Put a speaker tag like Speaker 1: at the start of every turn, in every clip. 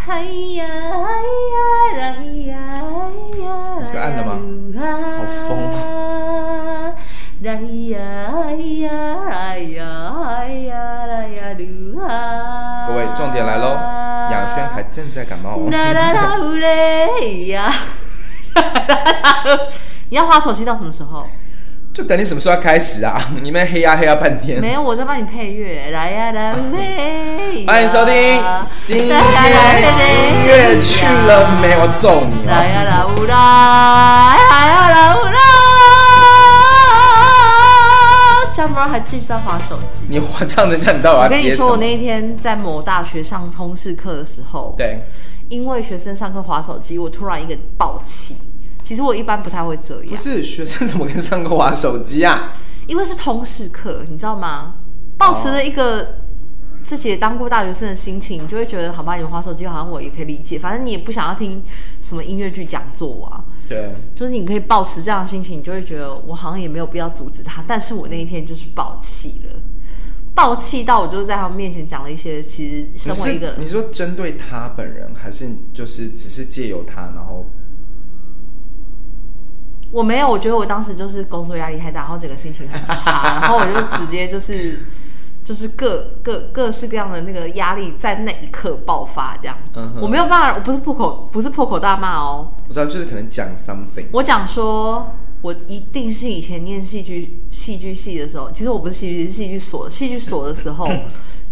Speaker 1: 哎呀哎呀哎呀哎呀！
Speaker 2: 是按的吗
Speaker 1: 好
Speaker 2: 疯
Speaker 1: 哦！来呀哎呀哎呀哎呀来呀噜啊！
Speaker 2: 各位，重点来喽！雅轩还正在感冒、
Speaker 1: 啦啦啦
Speaker 2: 哦，
Speaker 1: 呼嘞呀！你要划手机到什么时候？
Speaker 2: 就等你什么时候要开始啊？ 你们黑呀、黑呀、半天。
Speaker 1: 没有，啊我在帮你配乐。来呀来喂！
Speaker 2: 欢迎收听今天音乐去了没？我揍你
Speaker 1: 来啊呀啦
Speaker 2: 哦！
Speaker 1: 乌啦，来呀啦乌啦，江博还继续在划手机。
Speaker 2: 你我唱人家，你到底
Speaker 1: 我
Speaker 2: 要
Speaker 1: 跟你
Speaker 2: 接什
Speaker 1: 说，我
Speaker 2: 么？
Speaker 1: 那一天在某大学上通识课的时候，，
Speaker 2: 对，
Speaker 1: 因为学生上课划手机，我突然一个暴起。其实我一般不太会这
Speaker 2: 不
Speaker 1: 样，
Speaker 2: 是学生怎么跟上课玩手机啊？
Speaker 1: 因为是通识课，你知道吗？抱持了一个自己也当过大学生的心情，你就会觉得好吧，你们划手机好像我也可以理解，反正你也不想要听什么音乐剧讲座啊。
Speaker 2: 对，
Speaker 1: 就是你可以保持这样的心情，你就会觉得我好像也没有必要阻止他。但是我那一天就是暴气了，暴气到我就是在他们面前讲了一些，其实
Speaker 2: 你
Speaker 1: 身为一个
Speaker 2: 是你说针对他本人，还是就是只是借由他，然后
Speaker 1: 我没有，我觉得我当时就是工作压力太大，然后整个心情很 差，然后我就直接就是就是各各各式各样的那个压力在那一刻爆发，这样。
Speaker 2: 嗯哼
Speaker 1: 我没有办法，我不是破口不是破口大骂哦，
Speaker 2: 我知道就是可能讲 something，
Speaker 1: 我讲说，我一定是以前念戏剧戏剧系的时候，其实我不是戏剧戏剧所，戏剧所的时候，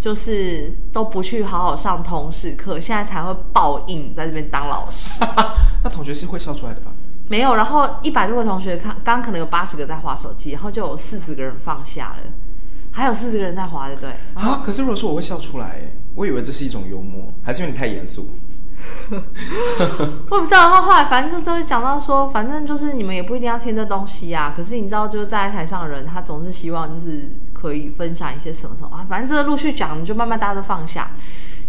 Speaker 1: 就是都不去好好上通识课，现在才会报应在这边当老师。
Speaker 2: 那同学是会笑出来的吧？
Speaker 1: 没有，然后一百多个同学看，刚刚可能有八十个在划手机，然后就有四十个人放下了，还有四十个人在划，对不对？
Speaker 2: 啊，可是如果说我会笑出来，哎我以为这是一种幽默，还是因为你太严肃？
Speaker 1: 我也不知道，他后来反正就是会讲到说，反正就是你们也不一定要听这东西啊。可是你知道，就是站在台上的人，他总是希望就是可以分享一些什么什么啊。反正这个陆续讲，你就慢慢大家都放下。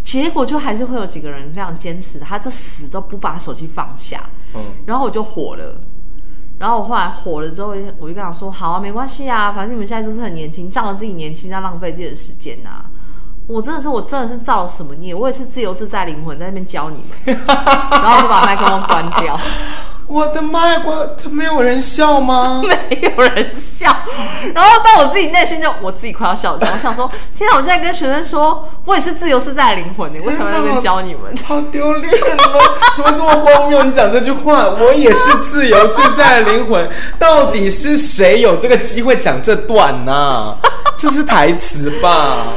Speaker 1: 结果就还是会有几个人非常坚持，他就死都不把手机放下。
Speaker 2: 嗯，
Speaker 1: 然后我就火了，然后我后来火了之后，我就我就跟他说：“好啊，没关系啊，反正你们现在就是很年轻，仗着自己年轻在浪费自己的时间呐、啊。”我真的是，我真的是造了什么孽？我也是自由自在灵魂在那边教你们，然后我就把麦克风关掉，
Speaker 2: 我的妈呀，我他没有人笑 吗？
Speaker 1: 没有人笑。然后到我自己内心就，我自己快要笑场。我想说，天啊哪！我现在跟学生说，我也是自由自在的灵魂呢，欸为什么要在那边教你们？
Speaker 2: 好丢脸哦！怎么这么荒谬？你讲这句话，我也是自由自在的灵魂。 到底是谁有这个机会讲这段呢、 这是台词吧？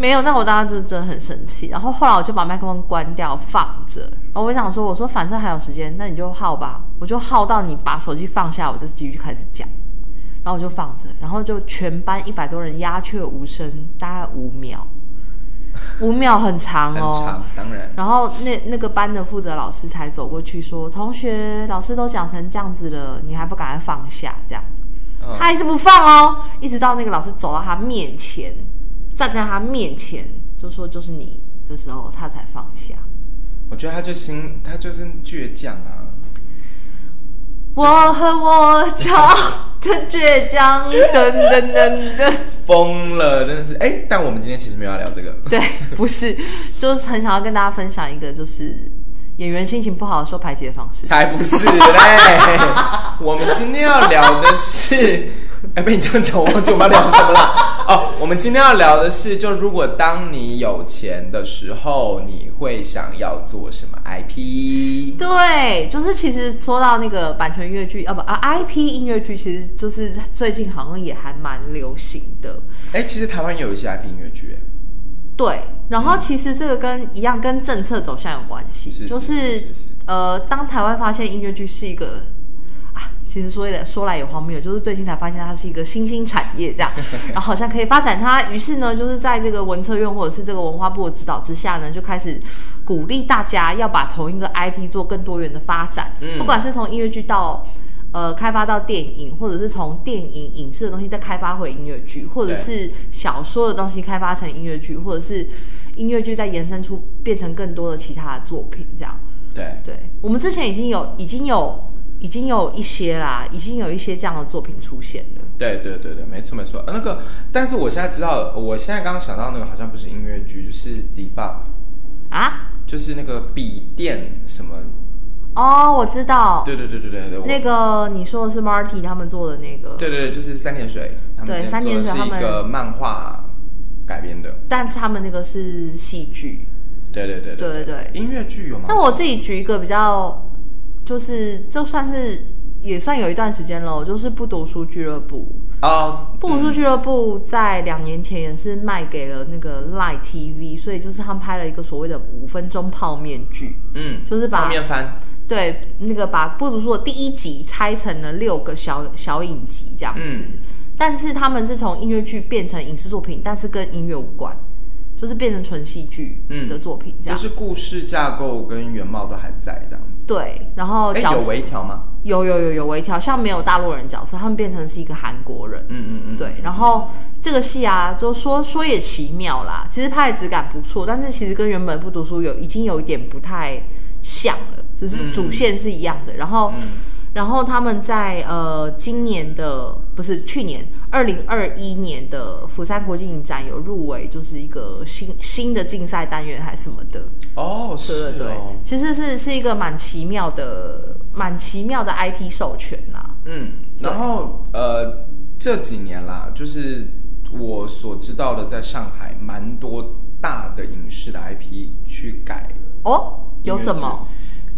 Speaker 1: 没有，但我当时就真的很生气。然后后来我就把麦克风关掉放着，然后我想说，我说反正还有时间，那你就耗吧。我就耗到你把手机放下，我再继续开始讲。然后我就放着，然后就全班一百多人鸦雀无声，大概五秒，五秒很长
Speaker 2: 很
Speaker 1: 哦。
Speaker 2: 长，当然。
Speaker 1: 然后那那个班的负责老师才走过去说：“同学，老师都讲成这样子了，你还不赶快放下？”这样。
Speaker 2: 嗯
Speaker 1: 他还是不放哦，一直到那个老师走到他面前，站在他面前就说就是你的时候，他才放下。
Speaker 2: 我觉得他就心，他就是倔强啊。
Speaker 1: 我和我骄傲的倔强，噔噔噔噔，
Speaker 2: 疯了，真的是哎、但我们今天其实没有要聊这个，
Speaker 1: 对，不是，就是很想要跟大家分享一个，就是演员心情不好的时候排解的方式。
Speaker 2: 才不是 嘞！我们今天要聊的 是，哎、被你这样讲，我忘记我们要聊什么了。哦，我们今天要聊的是，就如果当你有钱的时候，你会想要做什么 IP？
Speaker 1: 对，就是其实说到那个版权越剧啊，不啊 IP 音乐剧，其实就是最近好像也还蛮流行的。
Speaker 2: 哎、其实台湾也有一些 IP 音乐剧，哎
Speaker 1: 对，然后其实这个跟一样跟政策走向有关系，
Speaker 2: 是
Speaker 1: 就是
Speaker 2: 是是是
Speaker 1: 呃，当台湾发现音乐剧是一个啊，其实说来说来也荒谬，就是最近才发现它是一个新兴产业这 样，然后好像可以发展它，于是呢，就是在这个文策院或者是这个文化部的指导之下呢，就开始鼓励大家要把同一个 IP 做更多元的发展，
Speaker 2: 嗯
Speaker 1: 不管是从音乐剧到。呃，开发到电影，或者是从电影影视的东西再开发回音乐剧，或者
Speaker 2: 对
Speaker 1: 是是小说的东西开发成音乐剧，或者是音乐剧再延伸出变成更多的其他的作品，这样。
Speaker 2: 对，
Speaker 1: 对我们之前已经有已经有已经有一些啦，已经有一些这样的作品出现了。
Speaker 2: 对对对对，没错没错。呃那个，但是我现在知道，我现在刚刚想到那个好像不是音乐剧，就是 debug。
Speaker 1: 啊？
Speaker 2: 就是那个笔电什么，
Speaker 1: 哦，我知道，
Speaker 2: 对对对对对对，我
Speaker 1: 那个你说的是 Marty 他们做的那个，
Speaker 2: 对对对，就是三点水，他们
Speaker 1: 对
Speaker 2: 之前
Speaker 1: 三
Speaker 2: 做
Speaker 1: 点
Speaker 2: 的
Speaker 1: 水
Speaker 2: 是一
Speaker 1: 他们
Speaker 2: 个漫画改编的，
Speaker 1: 但是他们那个是戏剧。
Speaker 2: 对对对
Speaker 1: 对
Speaker 2: 对哎
Speaker 1: 对
Speaker 2: 音乐剧有吗？
Speaker 1: 那我自己举一个比较，就是就算是也算有一段时间了，就是不读书俱乐部。
Speaker 2: 啊，
Speaker 1: 不读书俱乐部在两年前也是卖给了那个 Line TV，所以就是他们拍了一个所谓的五分钟泡面剧，
Speaker 2: 嗯，
Speaker 1: 就是把
Speaker 2: 泡面番，
Speaker 1: 对，那个把不读书的第一集拆成了六个小小影集这样子。
Speaker 2: 嗯
Speaker 1: 但是他们是从音乐剧变成影视作品，但是跟音乐无关，就是变成纯戏剧的作品这
Speaker 2: 嗯就
Speaker 1: 样。
Speaker 2: 是故事架构跟原貌都还在这样子。
Speaker 1: 对，然后
Speaker 2: 哎，
Speaker 1: 哦角
Speaker 2: 有
Speaker 1: 色
Speaker 2: 微调吗？
Speaker 1: 有有有有微调，像没有大陆人角色，他们变成是一个韩国人。
Speaker 2: 嗯嗯嗯，
Speaker 1: 对，然后这个戏啊，就说说也奇妙啦，其实拍的质感不错，但是其实跟原本不读书有已经有一点不太像了，只是主线是一样的。然后，
Speaker 2: 嗯
Speaker 1: 然后他们在呃今年的不是去年二零二一年的釜山国际影展有入围，就是一个新新的竞赛单元还是什么的。
Speaker 2: 哦，是
Speaker 1: 对对对，
Speaker 2: 哦，
Speaker 1: 其实是是一个蛮奇妙的、蛮奇妙的 IP 授权啊啦。
Speaker 2: 嗯，然后呃，这几年啦，就是我所知道的，在上海蛮多大的影视的 IP 去改
Speaker 1: 哦，有什么？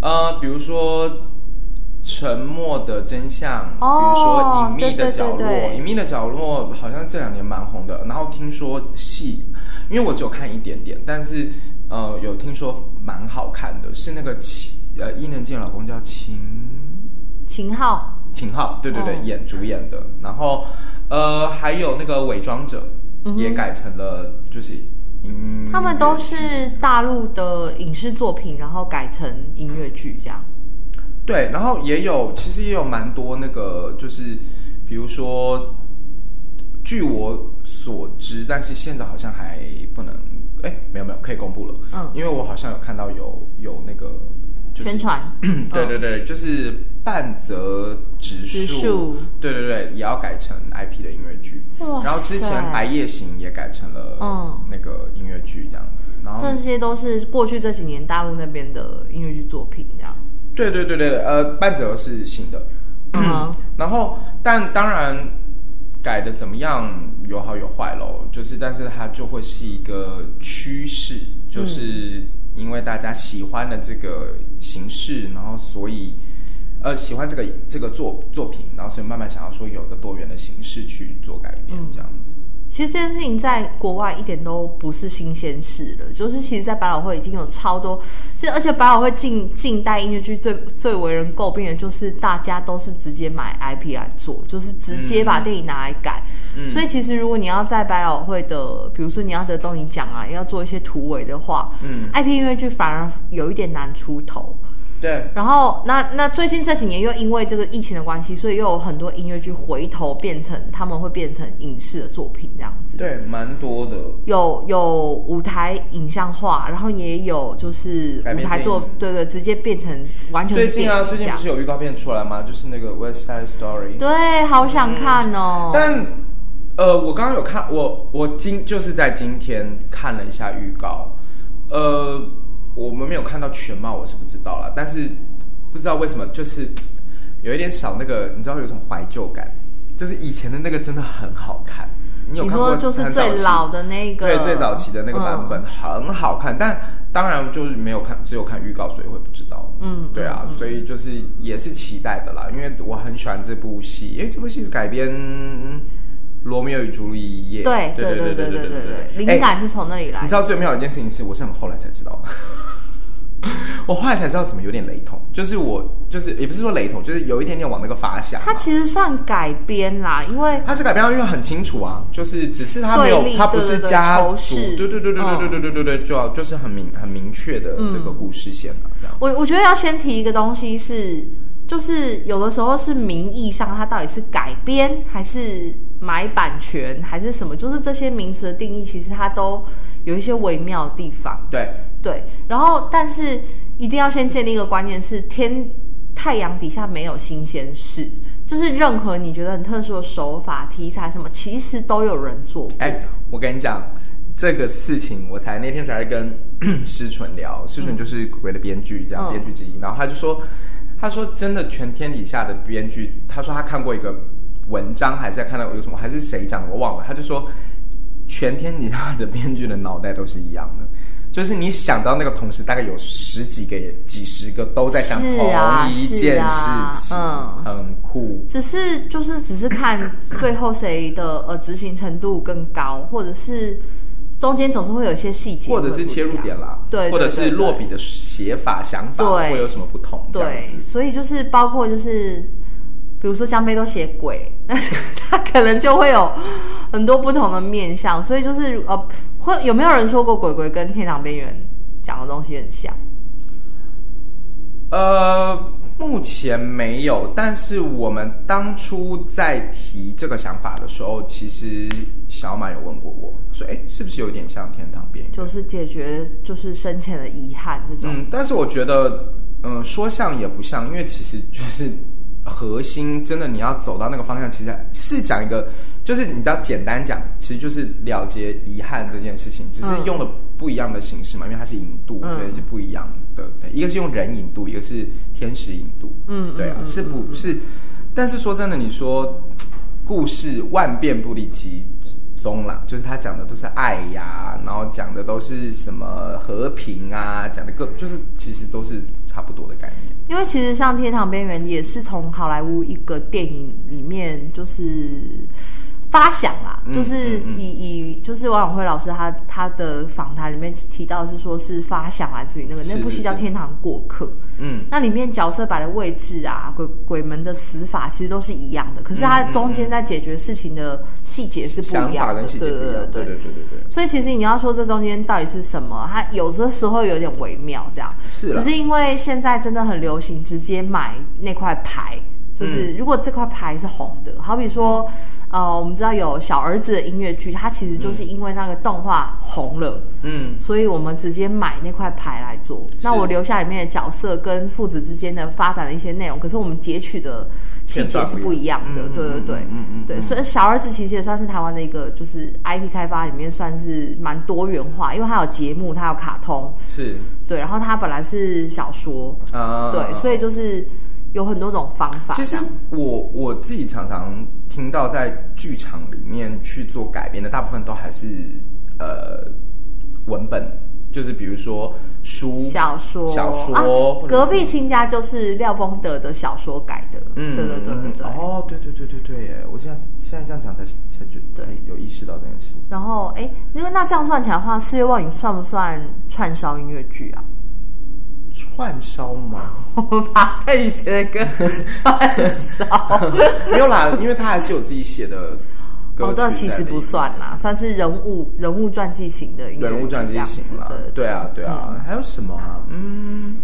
Speaker 2: 呃，比如说《沉默的真相》
Speaker 1: 哦
Speaker 2: 比如说《隐秘的角落》
Speaker 1: 对对对对
Speaker 2: 隐秘的角落》好像这两年蛮红的。然后听说戏，因为我只有看一点点，但是呃，有听说蛮好看的，是那个秦呃伊能静的老公叫秦
Speaker 1: 秦昊
Speaker 2: 秦昊，对对对，
Speaker 1: 哦
Speaker 2: 演主演的。然后呃，还有那个《伪装者
Speaker 1: 嗯》哼
Speaker 2: 也改成了就是音
Speaker 1: 他们都
Speaker 2: 乐剧
Speaker 1: 是大陆的影视作品，然后改成音乐剧这样。
Speaker 2: 对，然后也有，其实也有蛮多那个，就是比如说，据我所知，但是现在好像还不能，哎，没有没有，可以公布了，
Speaker 1: 嗯
Speaker 2: 因为我好像有看到有有那个、就是、
Speaker 1: 宣 传
Speaker 2: 对
Speaker 1: 嗯
Speaker 2: 对对，就是半泽直
Speaker 1: 直
Speaker 2: 树
Speaker 1: 树，
Speaker 2: 对对对，也要改成 IP 的音乐剧，
Speaker 1: 哇
Speaker 2: 然后之前《
Speaker 1: 塞
Speaker 2: 白夜行》也改成了
Speaker 1: 嗯
Speaker 2: 那个音乐剧这样子，然后
Speaker 1: 这些都是过去这几年大陆那边的音乐剧作品这样。
Speaker 2: 对对对对，呃，半泽是新的，
Speaker 1: 嗯哼
Speaker 2: 然后但当然改的怎么样有好有坏喽，就是但是它就会是一个趋势，就是因为大家喜欢的这个形式，然后所以呃喜欢这个这个作作品，然后所以慢慢想要说有一个多元的形式去做改变
Speaker 1: 嗯
Speaker 2: 这样子。
Speaker 1: 其实这件事情在国外一点都不是新鲜事了，就是其实，在百老汇已经有超多，就而且百老汇近近代音乐剧最最为人诟病的就是大家都是直接买 IP 来做，就是直接把电影拿来改。
Speaker 2: 嗯
Speaker 1: 所以其实如果你要在百老汇的，比如说你要得东影奖啊，要做一些突围的话，
Speaker 2: 嗯
Speaker 1: ，IP 音乐剧反而有一点难出头。
Speaker 2: 对，
Speaker 1: 然后那那最近这几年又因为这个疫情的关系，所以又有很多音乐剧回头变成他们会变成影视的作品这样子。
Speaker 2: 对，蛮多的。
Speaker 1: 有有舞台影像化，然后也有就是
Speaker 2: 改
Speaker 1: 舞
Speaker 2: 编
Speaker 1: 台做
Speaker 2: 电影，
Speaker 1: 对对，直接变成完全
Speaker 2: 最近啊，
Speaker 1: 是
Speaker 2: 最
Speaker 1: 电
Speaker 2: 近
Speaker 1: 影
Speaker 2: 不
Speaker 1: 这
Speaker 2: 是
Speaker 1: 样
Speaker 2: 有预告片出来吗？就是那个《West Side Story》。
Speaker 1: 对，好想看哦。
Speaker 2: 但呃，我刚刚有看，我我今就是在今天看了一下预告，呃，我们没有看到全貌，我是不知道啦。但是不知道为什么，就是有一点少那个，你知道有一种怀旧感，就是以前的那个真的很好看。你有
Speaker 1: 你
Speaker 2: 看过
Speaker 1: 说就是
Speaker 2: 很
Speaker 1: 最
Speaker 2: 期
Speaker 1: 老的那个，
Speaker 2: 对最早期的那个版本、
Speaker 1: 嗯
Speaker 2: 很好看，但当然就是没有看，只有看预告，所以会不知道。
Speaker 1: 嗯
Speaker 2: 对啊，所以就是也是期待的啦，因为我很喜欢这部戏，因为这部戏是改编《罗密欧与朱丽叶》。
Speaker 1: 对
Speaker 2: 对
Speaker 1: 对对对
Speaker 2: 对对
Speaker 1: 对对
Speaker 2: 对哎
Speaker 1: 对，灵感是从那里来的。
Speaker 2: 你知道最妙的一件事情是，我是很后来才知道，我后来才知道怎么有点雷同，就是我就是也不是说雷同，就是有一点点往那个发想嘛。
Speaker 1: 它其实算改编啦，因为
Speaker 2: 它是改编因为很清楚啊，就是只是它没有
Speaker 1: 对，立
Speaker 2: 它不是家族，对
Speaker 1: 对
Speaker 2: 对
Speaker 1: 对对仇视
Speaker 2: 对对对对对对对，就要就是很明很明确的这
Speaker 1: 嗯
Speaker 2: 个故事线啊，这样。
Speaker 1: 我我觉得要先提一个东西是，就是有的时候是名义上它到底是改编还是买版权还是什么，就是这些名词的定义，其实它都有一些微妙的地方。
Speaker 2: 对，
Speaker 1: 对，然后但是一定要先建立一个观念是天太阳底下没有新鲜事，就是任何你觉得很特殊的手法、题材什么，其实都有人做过。
Speaker 2: 哎，我跟你讲这个事情，我才那天才跟 施纯聊，施纯就是鬼鬼的编剧，这样、
Speaker 1: 嗯
Speaker 2: 编剧之一。然后他就说，他说真的，全天底下的编剧，他说他看过一个文章，还是在看到有什么，还是谁讲的，我忘了。他就说，全天底下的编剧的脑袋都是一样的。就是你想到那个同时，大概有十几个、几十个都在想
Speaker 1: 是
Speaker 2: 同
Speaker 1: 啊
Speaker 2: 一
Speaker 1: 是
Speaker 2: 件事
Speaker 1: 啊
Speaker 2: 情，
Speaker 1: 嗯
Speaker 2: 很酷。
Speaker 1: 只是就是只是看最后谁的呃执行程度更高，或者是中间总是会有一些细节，
Speaker 2: 或者是切入点啦，
Speaker 1: 对对
Speaker 2: 或者
Speaker 1: 对
Speaker 2: 是
Speaker 1: 对
Speaker 2: 落笔的写法、想法
Speaker 1: 对
Speaker 2: 会有什么不同？这样
Speaker 1: 对
Speaker 2: 子，
Speaker 1: 所以就是包括就是，比如说江杯都写鬼， 那他可能就会有很多不同的面相，所以就是呃，会有没有人说过鬼鬼跟天堂边缘讲的东西很像？
Speaker 2: 呃，目前没有，但是我们当初在提这个想法的时候，其实小马有问过我，他说：“哎，是不是有点像天堂边缘？”
Speaker 1: 就是解决就是生前的遗憾这种。
Speaker 2: 嗯，但是我觉得，嗯，说像也不像，因为其实就是核心，真的你要走到那个方向，其实是讲一个，就是你知道，简单讲，其实就是了结遗憾这件事情，只是
Speaker 1: 嗯
Speaker 2: 用了不一样的形式嘛，因为它是引渡，
Speaker 1: 嗯
Speaker 2: 所以是不一样的。对，一个是用人引渡，一个是天使引渡。
Speaker 1: 嗯
Speaker 2: 对啊，
Speaker 1: 嗯嗯
Speaker 2: 是不是？但是说真的，你说故事万变不离其宗啦，就是他讲的都是爱呀、然后讲的都是什么和平啊，讲的各就是其实都是差不多的概念。
Speaker 1: 因为其实像《天堂边缘》也是从好莱坞一个电影里面就是发想啦，
Speaker 2: 嗯
Speaker 1: 就是以、
Speaker 2: 嗯嗯
Speaker 1: 以就是王永辉老师他他的访谈里面提到是说是发想来自于那个
Speaker 2: 是
Speaker 1: 那部戏叫《
Speaker 2: 是是
Speaker 1: 天堂过客》，
Speaker 2: 嗯，
Speaker 1: 那里面角色摆的位置啊，鬼鬼门的死法其实都是一样的，可是它
Speaker 2: 嗯嗯嗯
Speaker 1: 中间在解决事情的细节是不
Speaker 2: 想
Speaker 1: 一
Speaker 2: 法
Speaker 1: 样的，
Speaker 2: 跟细节
Speaker 1: 对
Speaker 2: 不一
Speaker 1: 对
Speaker 2: 样。对对对对对，
Speaker 1: 所以其实你要说这中间到底是什么，它有的时候有点微妙，这样。
Speaker 2: 是
Speaker 1: 只
Speaker 2: 啦
Speaker 1: 是因为现在真的很流行直接买那块牌，就是如果这块牌是红的，好比说，呃，我们知道有小儿子的音乐剧，它其实就是因为那个动画红了，
Speaker 2: 嗯，
Speaker 1: 所以我们直接买那块牌来做。那我留下里面的角色跟父子之间的发展的一些内容，可是我们截取的细节是不一样的，
Speaker 2: 片段不
Speaker 1: 对对
Speaker 2: 一样
Speaker 1: 对，
Speaker 2: 嗯嗯嗯嗯
Speaker 1: 对，
Speaker 2: 嗯
Speaker 1: 所以小儿子其实也算是台湾的一个就是 IP 开发里面算是蛮多元化，因为它有节目，它有卡通，
Speaker 2: 是
Speaker 1: 对，然后它本来是小说，
Speaker 2: 啊，
Speaker 1: 对，所以就是有很多种方法。
Speaker 2: 其实我我自己常常听到，在剧场里面去做改编的，大部分都还是呃文本，就是比如说书、
Speaker 1: 小说，
Speaker 2: 小说。
Speaker 1: 啊
Speaker 2: 或者，
Speaker 1: 隔
Speaker 2: 是
Speaker 1: 壁亲家就是廖峰德的小说改的，
Speaker 2: 嗯，
Speaker 1: 对对对对对。
Speaker 2: 哦，对对对对对耶！我现在现在这样讲才才觉
Speaker 1: 对
Speaker 2: 才有意识到这件事。
Speaker 1: 然后，哎，那个那这样算起来的话，《四月望雨》算不算串烧音乐剧啊？
Speaker 2: 串烧吗？
Speaker 1: 我们把佩宇写 的歌串烧，
Speaker 2: 没有啦，因为他还是有自己写的歌
Speaker 1: 哦，
Speaker 2: 曲
Speaker 1: 这
Speaker 2: 在里
Speaker 1: 其
Speaker 2: 面。
Speaker 1: 实不算啦，算是人物人物传记型的音乐剧
Speaker 2: 人物传记型啦
Speaker 1: 这样子。
Speaker 2: 对啊，对啊。还有什么啊？嗯，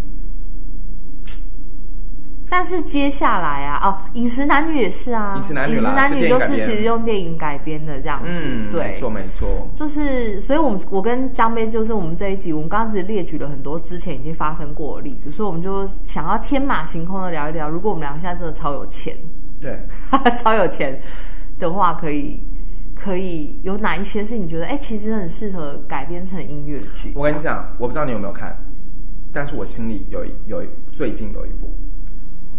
Speaker 1: 但是接下来啊，哦，《饮食男女》也是啊，
Speaker 2: 饮食男女
Speaker 1: 饮食
Speaker 2: 啦
Speaker 1: 男
Speaker 2: 是
Speaker 1: 女
Speaker 2: 电影
Speaker 1: 就
Speaker 2: 改
Speaker 1: 是
Speaker 2: 编
Speaker 1: 其实用电影改编的这样子，
Speaker 2: 嗯，
Speaker 1: 对，
Speaker 2: 没错没错，
Speaker 1: 就是，所以我们我跟江妹就是我们这一集，我们刚刚只列举了很多之前已经发生过的例子，所以我们就想要天马行空的聊一聊，如果我们俩现在真的超有钱，
Speaker 2: 对，
Speaker 1: 超有钱的话，可以可以有哪一些是你觉得哎、其实很适合改编成音乐剧？
Speaker 2: 我跟你讲，我不知道你有没有看，但是我心里有一有一最近有一部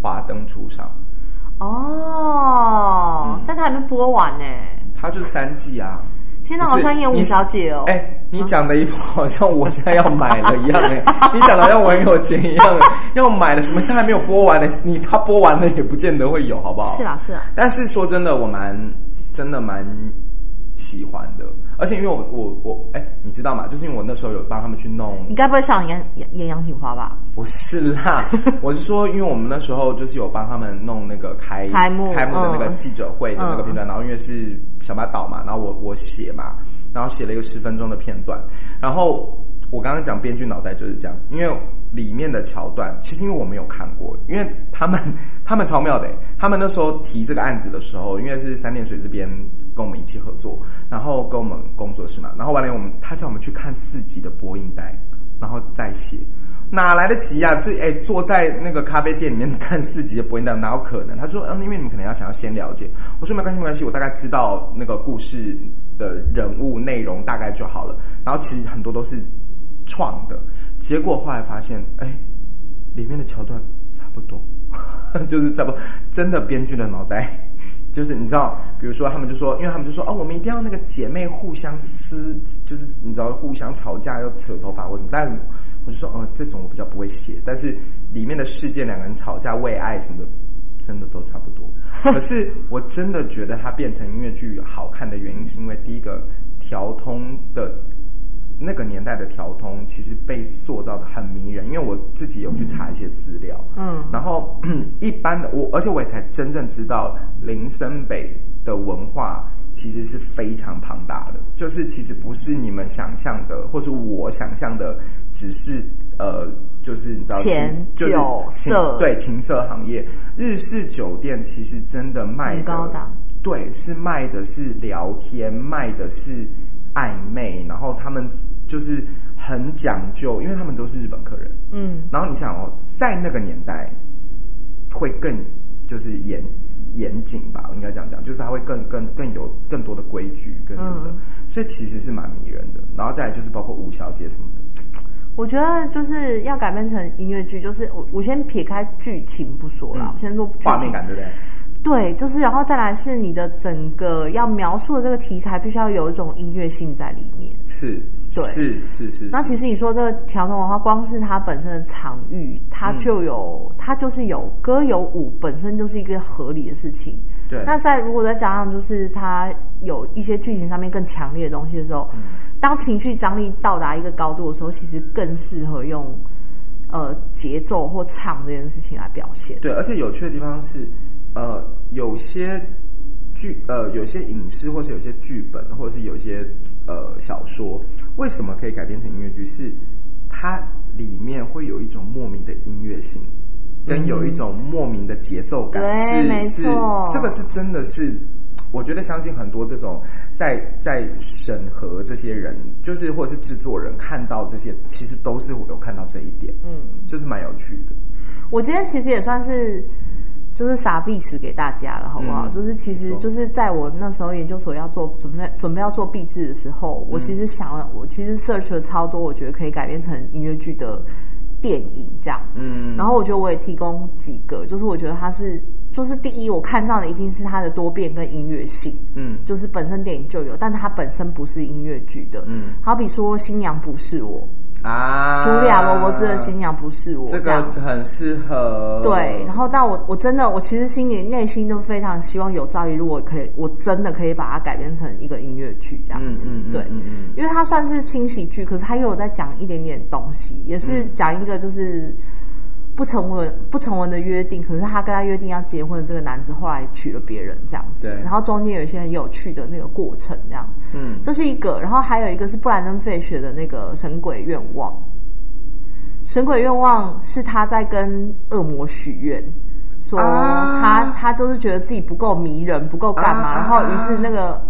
Speaker 2: 《华灯初上
Speaker 1: 哦，
Speaker 2: 嗯
Speaker 1: 但他还没播完呢、》，
Speaker 2: 它就是三季啊。
Speaker 1: 天哪，
Speaker 2: 不
Speaker 1: 好
Speaker 2: 是
Speaker 1: 像演
Speaker 2: 你
Speaker 1: 五小姐哦、啊
Speaker 2: 哎、你讲的一部好像我现在要买了一样哎、你讲的好像我很有钱一样、哎 要买了什么？现在还没有播完呢、你它播完了也不见得会有，好不好？
Speaker 1: 是啊啦是啦，
Speaker 2: 但是说真的，我蛮真的蛮喜欢的，而且因为我我我哎、你知道吗？就是因为我那时候有帮他们去弄
Speaker 1: 你该不会想演演演杨锦华吧？
Speaker 2: 不 是啦，我是说，因为我们那时候就是有帮他们弄那个开
Speaker 1: 开幕
Speaker 2: 开幕的那个
Speaker 1: 嗯
Speaker 2: 记者会的那个片段，然后因为是小马导嘛，然后我我写嘛，然后写了一个十分钟的片段，然后我刚刚讲编剧脑袋就是这样，因为里面的桥段，其实因为我没有看过，因为他们 他们超妙的欸，他们那时候提这个案子的时候，因为是三点水这边跟我们一起合作，然后跟我们工作室嘛，然后完了我们他叫我们去看四集的播映带，然后再写。哪来得及呀、这哎，坐在那个咖啡店里面看四集的播音档，哪有可能？他说，嗯，因为你们可能要想要先了解。我说没关系，没关系，我大概知道那个故事的人物内容大概就好了。然后其实很多都是创的，结果后来发现，哎，里面的桥段差不多， 就是差不多，真的编剧的脑袋。 就是你知道，比如说他们就说，因为他们就说哦，我们一定要那个姐妹互相撕，就是你知道互相吵架要扯头发或什么。但是我就说，哦、这种我比较不会写，但是里面的事件，两个人吵架为爱什么的，真的都差不多。 可是我真的觉得它变成音乐剧好看的原因，是因为第一个调通的。那个年代的调通其实被塑造的很迷人，因为我自己有去查一些资料，
Speaker 1: 嗯，
Speaker 2: 然后 一般的我，而且我也才真正知道林森北的文化其实是非常庞大的，就是其实不是你们想象的，或是我想象的，只是呃，就是你知道
Speaker 1: 钱
Speaker 2: 情就是
Speaker 1: 酒
Speaker 2: 情
Speaker 1: 色
Speaker 2: 对情色行业，日式酒店其实真的卖的
Speaker 1: 很高档。
Speaker 2: 对，是卖的是聊天，卖的是暧昧，然后他们就是很讲究，因为他们都是日本客人。
Speaker 1: 嗯，
Speaker 2: 然后你想哦，在那个年代会更就是严严谨吧，我应该这样讲，就是他会更更更有更多的规矩跟什么
Speaker 1: 嗯
Speaker 2: 的，所以其实是蛮迷人的。然后再来就是包括五小姐什么的，
Speaker 1: 我觉得就是要改编成音乐剧，就是我我先撇开剧情不说啦，
Speaker 2: 嗯
Speaker 1: 我先说剧
Speaker 2: 画面
Speaker 1: 情
Speaker 2: 感对不对？
Speaker 1: 对，就是然后再来是你的整个要描述的这个题材必须要有一种音乐性在里面。
Speaker 2: 是，
Speaker 1: 对
Speaker 2: 是是是。
Speaker 1: 那
Speaker 2: 是
Speaker 1: 其实你说这个条通文化，光是它本身的场域，它就有、它就是有歌有舞，本身就是一个合理的事情。
Speaker 2: 对
Speaker 1: 那再如果再加上就是它有一些剧情上面更强烈的东西的时候，当情绪张力到达一个高度的时候，其实更适合用呃节奏或唱这件事情来表现。
Speaker 2: 对，而且有趣的地方是，呃，有些剧呃，有些影视或是有些剧本，或者是有一些呃小说，为什么可以改编成音乐剧？是它里面会有一种莫名的音乐性。跟有一种莫名的节奏感，
Speaker 1: 嗯对没
Speaker 2: 是是
Speaker 1: 错
Speaker 2: 这个是真的是，我觉得相信很多这种在在审核这些人，就是或者是制作人看到这些，其实都是有看到这一点，
Speaker 1: 嗯，
Speaker 2: 就是蛮有趣的。
Speaker 1: 我今天其实也算是就是傻逼死给大家了，好不好？
Speaker 2: 嗯
Speaker 1: 就是其实
Speaker 2: 没错
Speaker 1: 就是在我那时候研究所要做准备准备要做毕制的时候，
Speaker 2: 嗯
Speaker 1: 我其实想了，我其实 search 了超多，我觉得可以改编成音乐剧的电影这样。
Speaker 2: 嗯，
Speaker 1: 然后我觉得我也提供几个，就是我觉得它是，就是第一我看上的一定是它的多变跟音乐性，
Speaker 2: 嗯
Speaker 1: 就是本身电影就有，但它本身不是音乐剧的。
Speaker 2: 嗯，
Speaker 1: 好比说《新娘不是我》，
Speaker 2: 啊，
Speaker 1: 茱莉亚·罗伯兹的《新娘不是我》
Speaker 2: 这
Speaker 1: 样
Speaker 2: 个很适合。
Speaker 1: 对，然
Speaker 2: 后
Speaker 1: 后但我我真的我其实心里内心就非常希望有朝一日我可以我真的可以把它改编成一个音乐剧这样
Speaker 2: 嗯
Speaker 1: 子，
Speaker 2: 嗯嗯
Speaker 1: 对，
Speaker 2: 嗯嗯
Speaker 1: 因为它算是轻喜剧，可是它又有在讲一点点东西，也是讲一个就是不成文不成文的约定，可是他跟他约定要结婚的这个男子后来娶了别人这样子，
Speaker 2: 对
Speaker 1: 然后中间有一些很有趣的那个过程这样，
Speaker 2: 嗯
Speaker 1: 这是一个，然后还有一个是布兰登·费雪的那个《神鬼愿望》。神鬼愿望是他在跟恶魔许愿，说他、
Speaker 2: 啊
Speaker 1: 他就是觉得自己不够迷人，不够干嘛，
Speaker 2: 啊
Speaker 1: 然后于是那个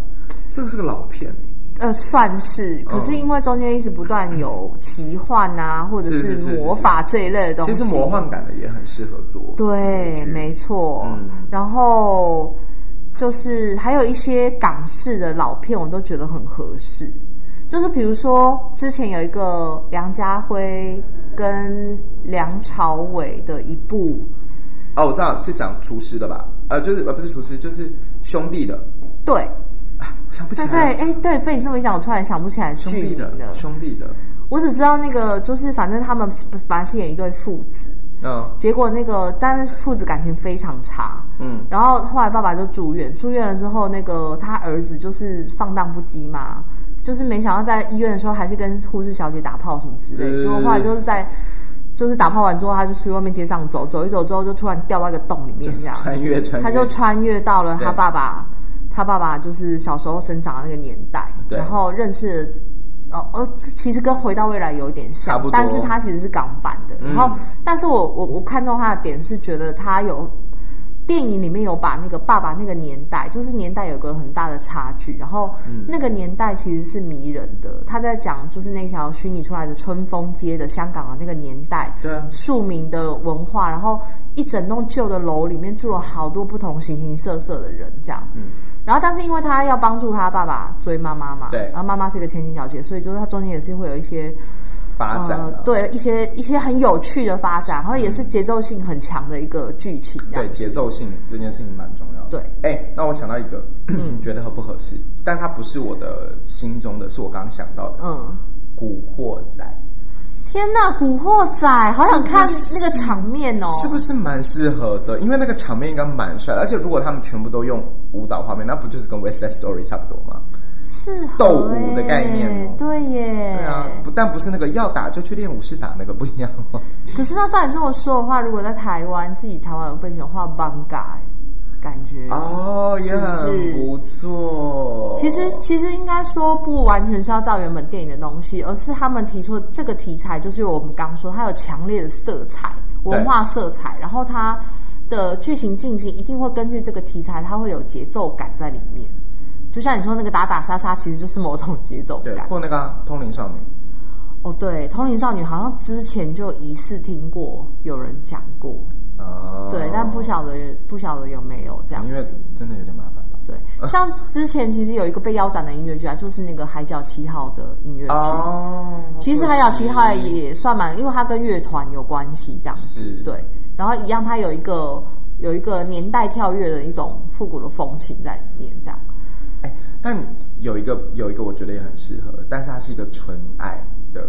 Speaker 2: 这个是个老片
Speaker 1: 呃算是，可是因为中间一直不断有奇幻啊，或者
Speaker 2: 是是是是
Speaker 1: 魔法这一类的东西，
Speaker 2: 其实魔幻感的也很适合做。
Speaker 1: 对，
Speaker 2: 剧
Speaker 1: 没错。
Speaker 2: 嗯
Speaker 1: 然后就是还有一些港式的老片，我都觉得很合适。就是比如说，之前有一个梁家辉跟梁朝伟的一部，
Speaker 2: 哦，我知道是讲厨师的吧？呃，就是呃不是厨师，就是兄弟的。
Speaker 1: 对
Speaker 2: 啊，我想不起
Speaker 1: 对对，
Speaker 2: 来了。
Speaker 1: 哎，对，被你这么一讲，我突然想不起来
Speaker 2: 兄
Speaker 1: 剧
Speaker 2: 弟
Speaker 1: 名
Speaker 2: 的，
Speaker 1: 了。
Speaker 2: 兄弟的。
Speaker 1: 我只知道那个，就是反正他们本来是演一对父子，
Speaker 2: 嗯
Speaker 1: 结果那个但是父子感情非常差，
Speaker 2: 嗯
Speaker 1: 然后后来爸爸就住院，住院了之后，那个他儿子就是放荡不羁嘛，就是没想到在医院的时候还是跟护士小姐打炮什么之类
Speaker 2: 对
Speaker 1: 的，所以后来就是在就是打炮完之后，他就去外面街上走，走一走之后就突然掉到一个洞里面这样，
Speaker 2: 穿越穿越
Speaker 1: 啊他就穿越到了他
Speaker 2: 对
Speaker 1: 爸爸，他爸爸就是小时候生长的那个年代，
Speaker 2: 对
Speaker 1: 然后认识了。哦哦，这其实跟回到未来有点像，
Speaker 2: 差不多
Speaker 1: 但是它其实是港版的。
Speaker 2: 嗯
Speaker 1: 然后，但是我我我看中它的点是觉得它有电影里面有把那个爸爸那个年代，就是年代有个很大的差距，然后
Speaker 2: 嗯
Speaker 1: 那个年代其实是迷人的。他在讲就是那条虚拟出来的春风街的香港的那个年代，
Speaker 2: 对啊
Speaker 1: 庶民的文化，然后一整栋旧的楼里面住了好多不同形形色色的人，这样。
Speaker 2: 嗯
Speaker 1: 然后，但是因为他要帮助他爸爸追妈妈嘛，
Speaker 2: 对
Speaker 1: 然后妈妈是一个千金小姐，所以就是他中间也是会有一些
Speaker 2: 发展啊
Speaker 1: 呃
Speaker 2: 了、，
Speaker 1: 对一些一些很有趣的发展，然后也是节奏性很强的一个剧情这样。
Speaker 2: 对节奏性这件事情蛮重要的。
Speaker 1: 对，嗯
Speaker 2: 哎、那我想到一个，你觉得合不合适？但它不是我的心中的，是我刚想到的《
Speaker 1: 嗯，
Speaker 2: 古惑仔
Speaker 1: 天呐，《古惑仔》好想看那个场面哦！》，
Speaker 2: 是不是蛮适合的？因为那个场面应该蛮帅的，而且如果他们全部都用舞蹈画面，那不就是跟《West Side Story》差不多吗？
Speaker 1: 是
Speaker 2: 斗舞的概念哦
Speaker 1: 欸对耶。
Speaker 2: 对啊，不但不是那个要打就去练武士打那个不一样 哦。
Speaker 1: 可是那照你这么说的话，如果在台湾是以台湾的背景的话 b a n g a 感觉
Speaker 2: 哦，也
Speaker 1: 是不
Speaker 2: 很
Speaker 1: 是
Speaker 2: 不错。
Speaker 1: 其实其实应该说不完全是要照原本电影的东西，而是他们提出的这个题材，就是我们刚说它有强烈的色彩、文化色彩，然后它的剧情进行一定会根据这个题材，它会有节奏感在里面。就像你说那个打打杀杀，其实就是某种节奏
Speaker 2: 对，
Speaker 1: 感。
Speaker 2: 或那个、啊《通灵少女》，
Speaker 1: 哦，对，《通灵少女》好像之前就疑似听过有人讲过，
Speaker 2: 哦，嗯
Speaker 1: 对，但不晓得不晓得有没有这样
Speaker 2: 因为真的有点麻烦吧。
Speaker 1: 对，像之前其实有一个被腰斩的音乐剧啊，就是那个《海角七号》的音乐剧。
Speaker 2: 哦，
Speaker 1: 其实《海
Speaker 2: 还有
Speaker 1: 角七号》也算蛮，因为它跟乐团有关系，这样子。
Speaker 2: 是，
Speaker 1: 对，然后一样，它有一个有一个年代跳跃的一种复古的风情在里面，这样。
Speaker 2: 哎，但有一个有一个我觉得也很适合，但是它是一个纯爱的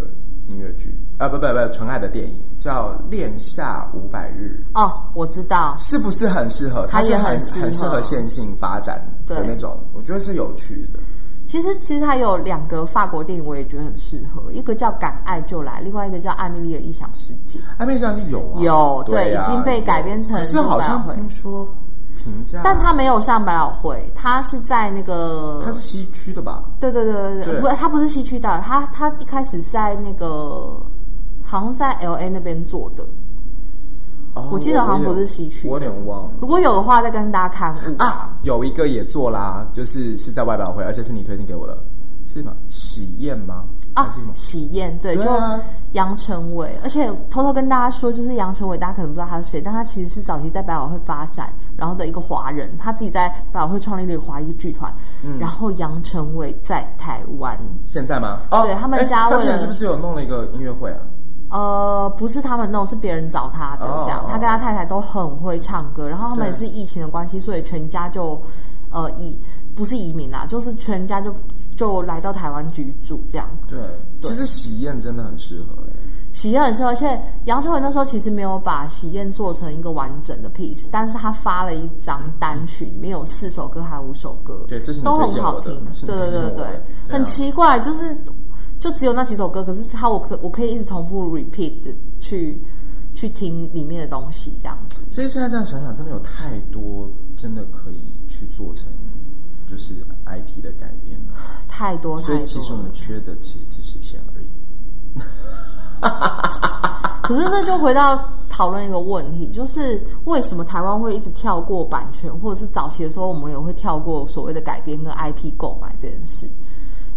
Speaker 2: 音乐剧啊，不不不，纯爱的电影叫《恋夏五百日
Speaker 1: 哦，我知道》，，
Speaker 2: 是不是很适合？
Speaker 1: 它
Speaker 2: 它
Speaker 1: 也
Speaker 2: 是很
Speaker 1: 很适合
Speaker 2: 很适合线性发展的
Speaker 1: 对
Speaker 2: 那种，我觉得是有趣的。
Speaker 1: 其实其实还有两个法国电影，我也觉得很适合，一个叫《敢爱就来》，另外一个叫《艾米丽的异想世界》。
Speaker 2: 安倍上是有啊，
Speaker 1: 有
Speaker 2: 对
Speaker 1: 对
Speaker 2: 啊，
Speaker 1: 已经被改编成
Speaker 2: 可是好
Speaker 1: 百
Speaker 2: 像
Speaker 1: 老汇
Speaker 2: 听说评价，
Speaker 1: 但它没有上百老汇，它是在那个
Speaker 2: 它是西区的吧？
Speaker 1: 对对对对
Speaker 2: 对
Speaker 1: 对，不，他不是西区的，他他一开始是在那个好像在 L A 那边做的，
Speaker 2: 哦
Speaker 1: 我记得好像不是西区的
Speaker 2: 我有点忘了。
Speaker 1: 如果有的话再跟大家看误
Speaker 2: 啊，有一个也做啦，就是是在外表会，而且是你推荐给我的，是吗？喜宴吗？还
Speaker 1: 啊
Speaker 2: 是什么？
Speaker 1: 喜宴对，
Speaker 2: 对
Speaker 1: 就
Speaker 2: 啊
Speaker 1: 杨成伟，而且偷偷跟大家说，就是杨成伟，大家可能不知道他是谁，但他其实是早期在百老汇发展，然后的一个华人，他自己在百老汇创立了一个华裔剧团，
Speaker 2: 嗯
Speaker 1: 然后杨成伟在台湾，
Speaker 2: 现在吗？哦，
Speaker 1: 对他们
Speaker 2: 哎
Speaker 1: 家
Speaker 2: 他
Speaker 1: 为
Speaker 2: 之前
Speaker 1: 了
Speaker 2: 是不是有弄了一个音乐会啊？
Speaker 1: 呃，不是他们弄，是别人找他的
Speaker 2: 哦
Speaker 1: 这样。他跟他太太都很会唱歌，然后他们也
Speaker 2: 对
Speaker 1: 是疫情的关系，所以全家就呃移不是移民啦，就是全家就就来到台湾居住这样。
Speaker 2: 对，
Speaker 1: 对
Speaker 2: 其实喜宴真的很适合、哎
Speaker 1: 喜宴很适合，而且杨千嬅那时候其实没有把喜宴做成一个完整的 piece，但是他发了一张单曲，里面有四首歌还五首歌，
Speaker 2: 对这是你
Speaker 1: 都
Speaker 2: 推
Speaker 1: 很
Speaker 2: 荐我
Speaker 1: 好
Speaker 2: 的
Speaker 1: 听
Speaker 2: 是，你
Speaker 1: 对对
Speaker 2: 推荐我
Speaker 1: 对
Speaker 2: 的对啊
Speaker 1: 很奇怪，就是就只有那几首歌，可是他我可我可以一直重复 repeat 地去去听里面的东西，这样子。
Speaker 2: 其实现在这样想想，真的有太多真的可以去做成就是 IP 的改编了。
Speaker 1: 太多
Speaker 2: 所
Speaker 1: 太
Speaker 2: 以其实
Speaker 1: 多了
Speaker 2: 我们，缺的其实只是钱而已。
Speaker 1: 可是这就回到讨论一个问题，就是为什么台湾会一直跳过版权，或者是早期的时候我们也会跳过所谓的改编跟 IP 购买这件事？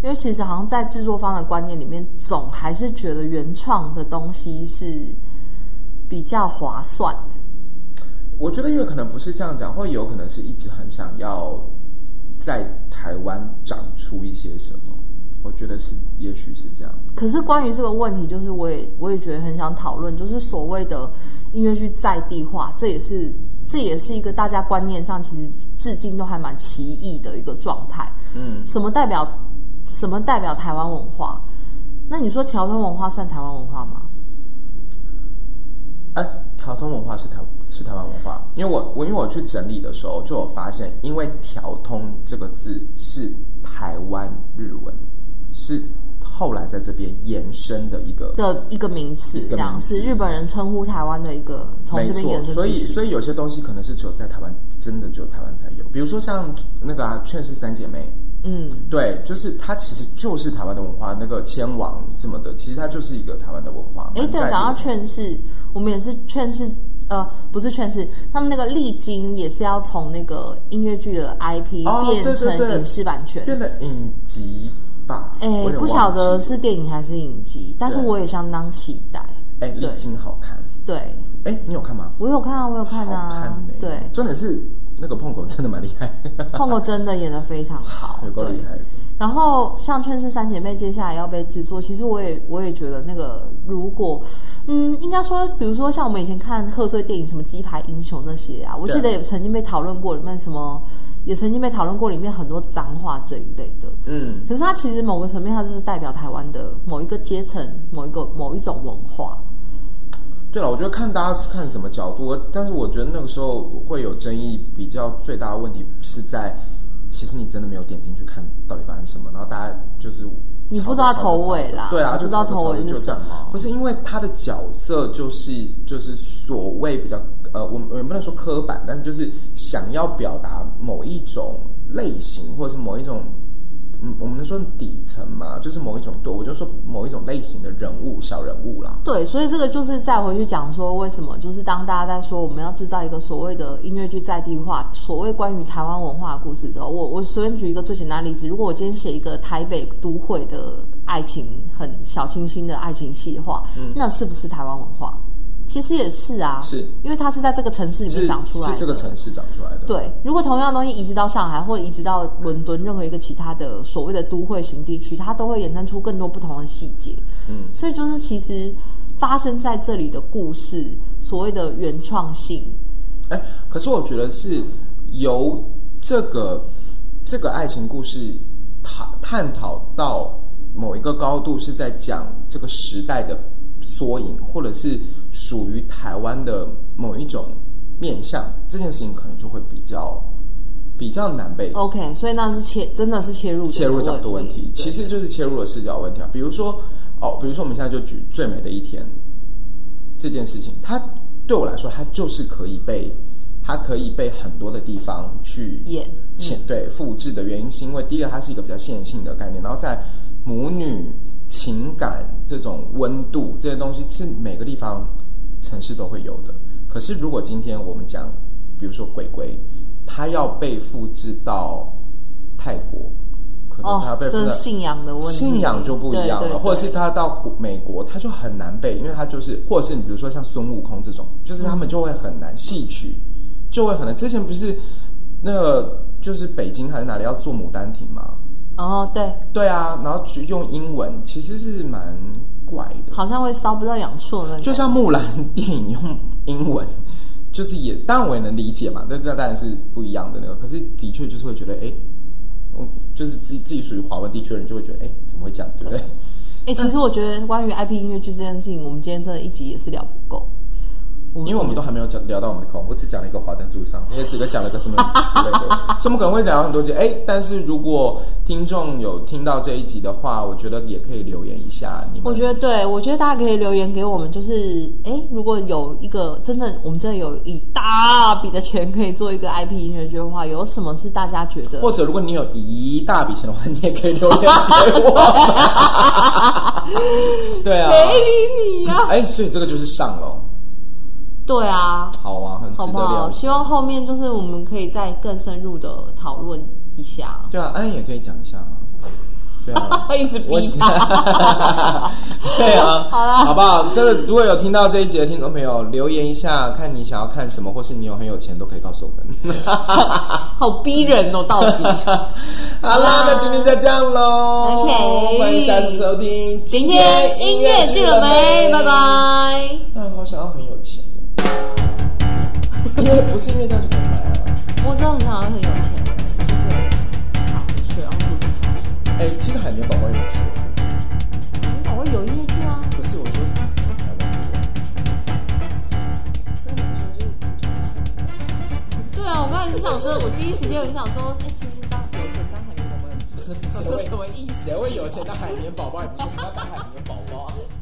Speaker 1: 因为其实好像在制作方的观念里面，总还是觉得原创的东西是比较划算的。
Speaker 2: 我觉得也有可能不是这样讲，或有可能是一直很想要在台湾长出一些什么。我觉得是，也许是这样。
Speaker 1: 可是关于这个问题，就是我也我也觉得很想讨论，就是所谓的音乐剧在地化，这也是这也是一个大家观念上其实至今都还蛮奇异的一个状态。
Speaker 2: 嗯，
Speaker 1: 什么代表什么代表台湾文化？那你说条通文化算台湾文化吗？
Speaker 2: 哎、调通文化是台是台湾文化，因为我我因为我去整理的时候就有发现，因为调通这个字是台湾日文，是后来在这边延伸的一个
Speaker 1: 的一个名词
Speaker 2: 一，
Speaker 1: 这
Speaker 2: 个名词
Speaker 1: 样是日本人称呼台湾的一个从
Speaker 2: 没
Speaker 1: 这边
Speaker 2: 错
Speaker 1: 延，伸
Speaker 2: 所以所以有些东西可能是只有在台湾，真的只有台湾才有，比如说像那个啊《劝世三姐妹》，
Speaker 1: 嗯，
Speaker 2: 对，就是它其实就是台湾的文化，那个千王什么的，其实它就是一个台湾的文化。
Speaker 1: 哎，
Speaker 2: 蛮
Speaker 1: 对，
Speaker 2: 在地
Speaker 1: 讲到
Speaker 2: 的
Speaker 1: 劝世，我们也是劝世，呃，不是劝世，他们那个历经也是要从那个音乐剧的 IP
Speaker 2: 哦对
Speaker 1: 变
Speaker 2: 对
Speaker 1: 成
Speaker 2: 哦对
Speaker 1: 影视版权。
Speaker 2: 变得影集吧，
Speaker 1: 哎、
Speaker 2: 我有点
Speaker 1: 不晓
Speaker 2: 忘
Speaker 1: 得
Speaker 2: 记
Speaker 1: 是电影还是影集，但是
Speaker 2: 对
Speaker 1: 我也相当期待。
Speaker 2: 哎，历经好看，
Speaker 1: 对
Speaker 2: 哎，你有看吗？
Speaker 1: 我有看啊，我有看
Speaker 2: 好
Speaker 1: 啊，
Speaker 2: 看呢、
Speaker 1: 对，
Speaker 2: 重点是那个碰狗真的蛮厉害，
Speaker 1: 碰狗真的演得非常好，
Speaker 2: 有 够
Speaker 1: 对
Speaker 2: 厉害的。
Speaker 1: 然后像《劝世三姐妹》接下来要被制作，其实我也我也觉得那个，如果嗯，应该说，比如说像我们以前看贺岁电影，什么《鸡排英雄》那些啊，我记得
Speaker 2: 对
Speaker 1: 也曾经被讨论过里面什么，也曾经被讨论过里面很多脏话这一类的。
Speaker 2: 嗯，
Speaker 1: 可是它其实某个层面，它就是代表台湾的某一个阶层、某一个某一种文化。
Speaker 2: 对了，我觉得看大家是看什么角度，但是我觉得那个时候会有争议，比较最大的问题是在，其实你真的没有点进去看到底发生什么，然后大家就是
Speaker 1: 你不知道头尾啦
Speaker 2: 吵着吵着对啊，
Speaker 1: 你不
Speaker 2: 就
Speaker 1: 知道
Speaker 2: 吵着
Speaker 1: 头
Speaker 2: 吵
Speaker 1: 尾
Speaker 2: 着
Speaker 1: 是
Speaker 2: 就这样
Speaker 1: 什么
Speaker 2: 不是因为他的角色就是就是所谓比较呃，我我也不能说刻板，但就是想要表达某一种类型或者是某一种。嗯，我们说底层嘛，就是某一种对，我就说某一种类型的人物，小人物啦。
Speaker 1: 对，所以这个就是再回去讲说，为什么就是当大家在说我们要制造一个所谓的音乐剧在地化，所谓关于台湾文化的故事之后，我我随便举一个最简单的例子，如果我今天写一个台北都会的爱情很小清新的爱情戏的话，那是不是台湾文化？其实也是啊，
Speaker 2: 嗯是
Speaker 1: 因为它是在这个城市里
Speaker 2: 是
Speaker 1: 面长出来的，
Speaker 2: 是这个城市长出来的。，
Speaker 1: 对，如果同样的东西移植到上海，或移植到伦敦任何一个其他的所谓的都会型地区，它都会衍生出更多不同的细节。
Speaker 2: 嗯，
Speaker 1: 所以就是其实发生在这里的故事，所谓的原创性，
Speaker 2: 哎，可是我觉得是由这个这个爱情故事探探讨到某一个高度，是在讲这个时代的缩影，或者是属于台湾的某一种面向，这件事情可能就会比较比较难被
Speaker 1: OK，所以那是切真的是切入
Speaker 2: 切入角度问题，其
Speaker 1: 实
Speaker 2: 实就是切入了视角问题啊。比如说，哦，比如说我们现在就举《最美的一天》这件事情，它对我来说，它就是可以被，它可以被很多的地方去
Speaker 1: 演
Speaker 2: 前对复制的原因，是因为第一个它是一个比较线性的概念，然后在母女情感这种温度这些东西是每个地方城市都会有的。可是如果今天我们讲，比如说鬼鬼，它要被复制到泰国，可能
Speaker 1: 哦
Speaker 2: 它要被，复制
Speaker 1: 这
Speaker 2: 到
Speaker 1: 是信仰的问题，
Speaker 2: 信仰就不一样了，
Speaker 1: 对对对
Speaker 2: 或者是他到美国，他就很难背，因为他就是，或者是你比如说像孙悟空这种，就是他们就会很难戏曲，就会很难。之前不是那个就是北京还是哪里要做《牡丹亭》吗？
Speaker 1: 哦，对，
Speaker 2: 对啊，然后去用英文其实是蛮怪的，
Speaker 1: 好像会烧不到痒处的那种，
Speaker 2: 就像木兰电影用英文，就是也当然我也能理解嘛，但那当然是不一样的那个，可是的确就是会觉得哎。诶我就是自己自己属于华文地区的人，就会觉得哎、诶怎么会这样，对不对？
Speaker 1: 哎、其实我觉得关于 IP 音乐剧这件事情，我们今天真的一集也是聊不够，
Speaker 2: 因为我们都还没有讲聊到我们的恐，我只讲了一个华灯初上，也只个讲了个什么之类 的，所以我们可能会聊很多集。哎，但是如果听众有听到这一集的话，我觉得也可以留言一下。你们
Speaker 1: 我觉得对，我觉得大家可以留言给我们，就是哎，诶如果有一个真的，我们真的有一大笔的钱可以做一个 IP 音乐剧的话，有什么是大家觉得
Speaker 2: 或者如果你有一大笔钱的话，你也可以留言 给我。对啊，
Speaker 1: 谁理你 呀、
Speaker 2: 哎，所以这个就是上喽，
Speaker 1: 对啊，
Speaker 2: 好啊，很
Speaker 1: 好
Speaker 2: 值
Speaker 1: 不
Speaker 2: 得
Speaker 1: 好？
Speaker 2: 聊。
Speaker 1: 希望后面就是我们可以再更深入的讨论一下。
Speaker 2: 对啊，安也可以讲一下啊。对啊。
Speaker 1: 一直
Speaker 2: 我
Speaker 1: 逼他，
Speaker 2: 对啊，
Speaker 1: 好啦
Speaker 2: 好不好？这个如果有听到这一集的听众朋友，留言一下，看你想要看什么，或是你有很有钱，都可以告诉我们。
Speaker 1: 好逼人哦，到底。
Speaker 2: 好啦，那今天就这样喽。
Speaker 1: OK
Speaker 2: 欢迎下次收听。
Speaker 1: 今天音乐剧了没？拜。拜。
Speaker 2: 嗯，好想要很有钱耶，因为不是因为这样就可以买啊。
Speaker 1: 我真的很想要很有钱，就是好雪王肚子下去。
Speaker 2: 哎，其实海绵宝宝也是，
Speaker 1: 你老会有音乐剧啊？
Speaker 2: 不是我说海绵宝宝。
Speaker 1: 对啊，我刚才是想说，我第一时间我就想说，哎、其实当有钱当海绵宝宝，我说什么意思？
Speaker 2: 谁会有钱当海绵宝宝？也不是要当海绵宝宝啊。